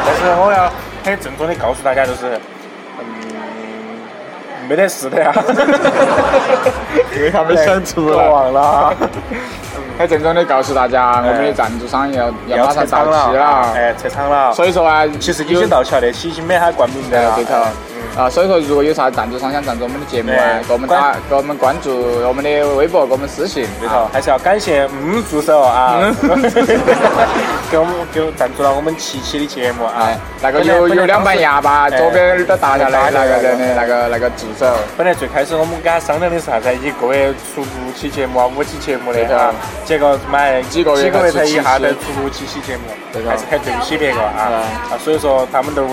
Speaker 1: 但是我要很郑重的告诉大家，就是，嗯，没得事的呀。
Speaker 2: 为啥没
Speaker 1: 想
Speaker 2: 出
Speaker 1: 来
Speaker 2: 哎 忘了。很郑重的告诉大家，
Speaker 1: 哎
Speaker 2: 我们的赞助商要 要马上
Speaker 1: 拆
Speaker 2: 到
Speaker 1: 场
Speaker 2: 期
Speaker 1: 了，
Speaker 2: 了，
Speaker 1: 哎，拆场了。
Speaker 2: 所以说啊，
Speaker 1: 其实已
Speaker 2: 有
Speaker 1: 经到期了，期已经没他冠名的
Speaker 2: 哎
Speaker 1: 了。
Speaker 2: 对头。啊，所以说，如果有啥赞助商想赞助我们的节目啊
Speaker 1: 哎，
Speaker 2: 给我们打，给我们关注我们的微博，给我们私信。
Speaker 1: 对头，还是要感谢嗯助手啊， 给我们给我赞助了我们七期的节目啊
Speaker 2: 哎。，那个有有两板牙吧，左边都打下来那个人的那个那个助手，
Speaker 1: 本来最开始我们跟他商量的是啥子，一个月出五期节目啊，五期节目的啊，结果妈
Speaker 2: 几个月
Speaker 1: 几个月
Speaker 2: 才
Speaker 1: 才
Speaker 2: 出
Speaker 1: 一下
Speaker 2: 七
Speaker 1: 子
Speaker 2: 期
Speaker 1: 出六七期节目
Speaker 2: 对，头嗯
Speaker 1: 还是很对不起别个啊啊，所以说他们都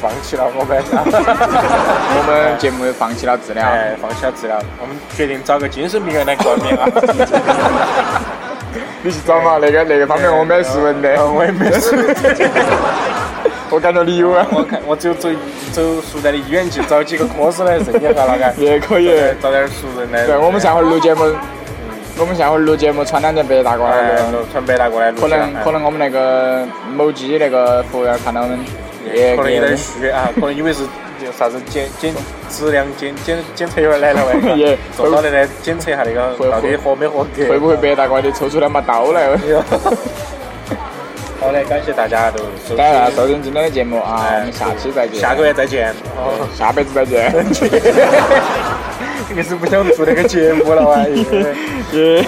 Speaker 1: 放弃了我们啊，
Speaker 2: 我们节目放弃了治疗，
Speaker 1: 哎，放弃了治疗，我们决定找个精神病院来冠 冕啊。
Speaker 2: 你去找嘛，那个那个方面我没斯文的，
Speaker 1: 哎我也没斯文。
Speaker 2: 我感觉你有啊，
Speaker 1: 我看 我只有走走熟人的医院去找几个科室来认一下那个，
Speaker 2: 也可以。
Speaker 1: 找点熟人来。哎
Speaker 2: 对，我们上回录节目，我们上回录节目穿两件白大褂
Speaker 1: 哎
Speaker 2: 来录，
Speaker 1: 穿白大褂来录
Speaker 2: 啊可
Speaker 1: 像。
Speaker 2: 能
Speaker 1: 哎
Speaker 2: 可能我们那个某机那个服务员看到我们，也
Speaker 1: 可能有点虚啊，可能以为是就啥子检检质量检检检测员来了 喂，
Speaker 2: 也
Speaker 1: 坐到的来检测一下那个到底合没合格。
Speaker 2: 会不会白大褂里抽出两把刀来？
Speaker 1: 好嘞，感谢大家都收
Speaker 2: 当然，收
Speaker 1: 听，
Speaker 2: 听今天的节目啊，我们下期再见，
Speaker 1: 下个月再见。哦，
Speaker 2: 下辈子再见。
Speaker 1: 这个是不想做那个节目了哇。耶
Speaker 2: 耶，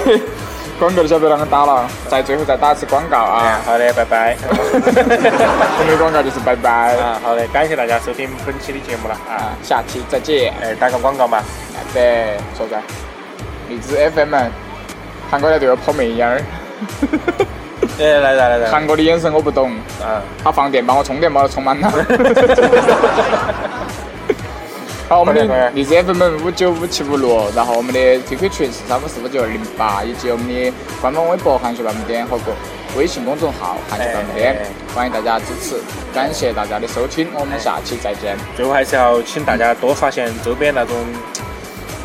Speaker 2: 广告都晓得啷个打了，在最后再打一次广告啊！
Speaker 1: 好的，拜拜。
Speaker 2: 我们的广告就是拜拜，
Speaker 1: 啊，好嘞，感谢大家收听本期的节目了啊。
Speaker 2: 下期再见。
Speaker 1: 哎，打个广告嘛。
Speaker 2: 对，说噻，荔枝 FM，韩国来对我抛媚眼儿，
Speaker 1: 哎，来来来来。
Speaker 2: 韩国的眼神我不懂，
Speaker 1: 啊，
Speaker 2: 他放电把我充电宝都 充满了。好，我
Speaker 1: 快
Speaker 2: 们
Speaker 1: 点快
Speaker 2: 的
Speaker 1: 点
Speaker 2: 荔枝 FM 五九五七五六，然后我们的 QQ 群是三五四五九二零八，以及我们的官方微博“韩雪半亩点”和公微信公众号“韩雪半亩点
Speaker 1: 哎哎”，
Speaker 2: 欢迎大家支持，感谢大家的收听，我们下期再见。
Speaker 1: 最后还是要请大家多发现周边那种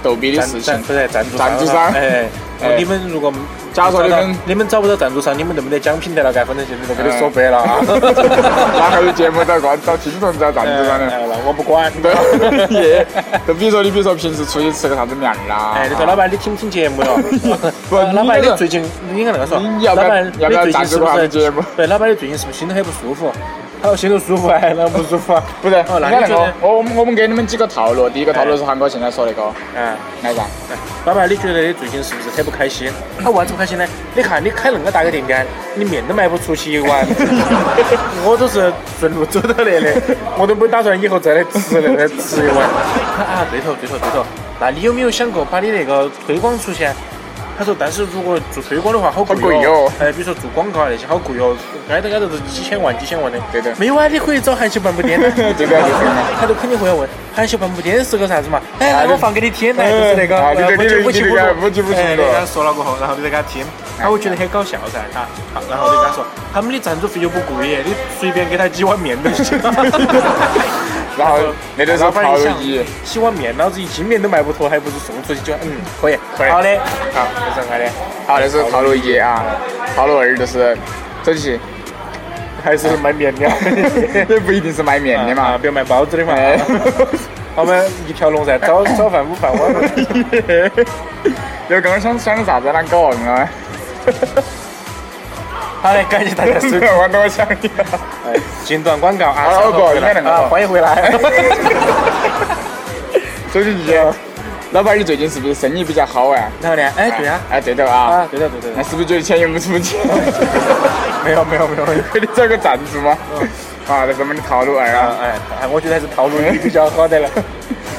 Speaker 2: 逗比的
Speaker 1: 赞
Speaker 2: 事
Speaker 1: 赞
Speaker 2: 情，
Speaker 1: 不是赞助商啊，
Speaker 2: 赞助商
Speaker 1: 哎，
Speaker 2: 哎
Speaker 1: 你们如果
Speaker 2: 假如说你们
Speaker 1: 你们找不到赞助商，你们就没得奖品得了，该反正现在都给你说白了啊。
Speaker 2: 哪还有节目找观找听众找赞助商
Speaker 1: 哎
Speaker 2: 的？
Speaker 1: 哎那我不管。
Speaker 2: 对， 耶！就比如说你，比如说平时出去吃个啥子面儿啦？
Speaker 1: 哎，你说老板，你听不听节目哟？
Speaker 2: 不
Speaker 1: 啊老板，你
Speaker 2: 你这个
Speaker 1: 最近你应该那个说，
Speaker 2: 你要
Speaker 1: 老
Speaker 2: 不要
Speaker 1: 板，你
Speaker 2: 要不要
Speaker 1: 最近是不
Speaker 2: 赞助我们
Speaker 1: 是
Speaker 2: 节目？
Speaker 1: 对，老板，你最近是不是心头很不舒 服？他说心头舒服还是不舒服啊？
Speaker 2: 不是，你
Speaker 1: 哦，那
Speaker 2: 看
Speaker 1: 你
Speaker 2: 那
Speaker 1: 觉
Speaker 2: 个
Speaker 1: 得，？
Speaker 2: 我我们我们给你们几个套路，第一个套路是韩国现在说那个，
Speaker 1: 嗯。
Speaker 2: 来噻，
Speaker 1: 哎老板，你觉得你最近是不是很不开心？啊，为啥子不开心呢？你看你开那么大个店店，你面都卖不出去一 碗，我都是顺路走到那的，我都不打算以后在那吃那个吃一碗。啊，对头对头对头，那你有没有想过把你那个推广出去？啊他说，但是如果做推广的话，好贵
Speaker 2: 好贵哟
Speaker 1: 哎，比如说做广告啊那些，好贵哟，挨着挨着都是几千万、几千万的。
Speaker 2: 对的
Speaker 1: 没有啊，你可以找韩秀半步颠 的。
Speaker 2: 这个就是嘛
Speaker 1: 他都肯定会要问韩秀半步颠是个啥子嘛？哎，那我放给你听来，就是那个呃
Speaker 2: 啊你
Speaker 1: 五
Speaker 2: 这你这
Speaker 1: 五七
Speaker 2: 你这
Speaker 1: 五
Speaker 2: 个
Speaker 1: 六
Speaker 2: 五七五七
Speaker 1: 哎
Speaker 2: 六
Speaker 1: 你给他说了过后，然后你再给他听，他会觉得很搞笑噻啊。好，然后我就跟他说，他们的赞助费又不贵，你随便给他几碗面 都行。
Speaker 2: 然后那就是
Speaker 1: 老板一
Speaker 2: 套路
Speaker 1: 想
Speaker 2: 一，啊
Speaker 1: 洗碗面，老子一斤面都卖不脱，还不如送出去就嗯，可以，
Speaker 2: 可以
Speaker 1: 好的，
Speaker 2: 好，
Speaker 1: 这是我的，
Speaker 2: 好，那是套路一啊，套路二就是走 起，
Speaker 1: 还是卖面 的。
Speaker 2: 也不一定是卖面的
Speaker 1: 啊，
Speaker 2: 嘛，
Speaker 1: 不要卖包子的嘛。
Speaker 2: 哎，
Speaker 1: 我们一条龙噻，早早饭、午饭、晚 饭。
Speaker 2: 我刚刚想想个啥子，啷个忘了，
Speaker 1: 好嘞，感谢大家收听。
Speaker 2: 我都 想你了，
Speaker 1: 哎，进段广告啊，
Speaker 2: 好
Speaker 1: 稍后回来
Speaker 2: 你看那个
Speaker 1: 啊，欢迎回来。
Speaker 2: 走起一，
Speaker 1: 啊
Speaker 2: 老板你最近是不是生意比较好啊？
Speaker 1: 然后呢？哎，对呀，
Speaker 2: 哎对头啊
Speaker 1: 啊，，对的，对的
Speaker 2: 那，是不是觉得钱用不出去？
Speaker 1: 没有，没有，没有，没有。
Speaker 2: 给你找个赞助吗？
Speaker 1: 嗯
Speaker 2: 啊，那是我们的套路二
Speaker 1: 啊
Speaker 2: 啊，，
Speaker 1: 哎，哎我觉得还是套路一比较好的了。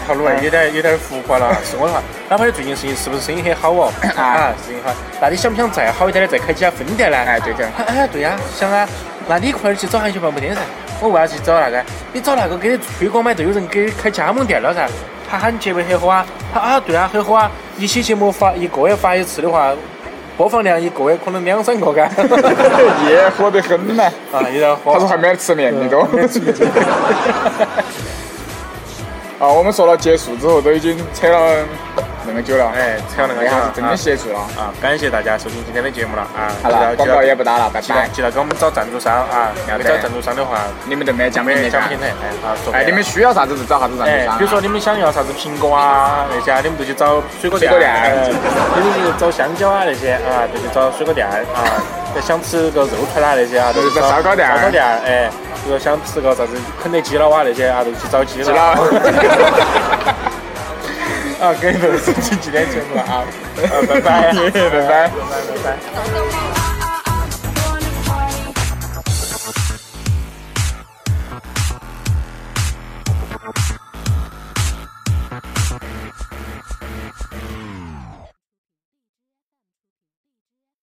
Speaker 1: 套路二有点有点浮夸了，哎是我的话。哪怕你最近生意是不是生意很好哦？啊，生意好。那你想不想再好一点的再开几家分店呢？
Speaker 2: 哎对头。
Speaker 1: 哎哎，对呀、想啊，那你快点去找韩秀半步颠噻。我为啥去找那个？你找那个给你推广嘛，就有人给你开加盟店了噻。他喊节目很火啊，他啊对啊很火啊，一期节目发一个月发一次的话，播放量一个月可能两三 个嘎。
Speaker 2: 也火得很呢。
Speaker 1: 啊，有点火。
Speaker 2: 他说还没吃面，你都。 啊，我们说了结束之后，都已经扯了那么久了，
Speaker 1: 哎，扯那个劲
Speaker 2: 一
Speaker 1: 儿
Speaker 2: 下是真的结束了。
Speaker 1: 啊，感谢大家收听今天的节目了啊！
Speaker 2: 好了，
Speaker 1: 记
Speaker 2: 广
Speaker 1: 得
Speaker 2: 告也不打啊了，拜
Speaker 1: 记得
Speaker 2: 拜。
Speaker 1: 记得给我们找赞助商啊！要没找赞助商的话，
Speaker 2: 你们都没有奖
Speaker 1: 没
Speaker 2: 品
Speaker 1: 人
Speaker 2: 的
Speaker 1: 奖
Speaker 2: 噻
Speaker 1: 品的。哎，啊，说白
Speaker 2: 哎，
Speaker 1: 了
Speaker 2: 你们需要啥子就找啥子赞助
Speaker 1: 哎
Speaker 2: 商啊。，
Speaker 1: 比如说你们想要啥子苹果啊那些啊，你们就去找水果店，
Speaker 2: 水果店
Speaker 1: 哎你们就找香蕉啊那些啊，就去找水果店啊。那想吃个肉串啊那些啊，
Speaker 2: 就是找烧烤店
Speaker 1: 烧烤店哎。比如说想吃个啥子肯德基了哇那些啊，就去找鸡
Speaker 2: 知
Speaker 1: 了。
Speaker 2: 道。
Speaker 1: 啊，给你们收听今天节目了啊，啊，拜拜，
Speaker 2: 拜拜
Speaker 1: 拜拜。
Speaker 12: 走走。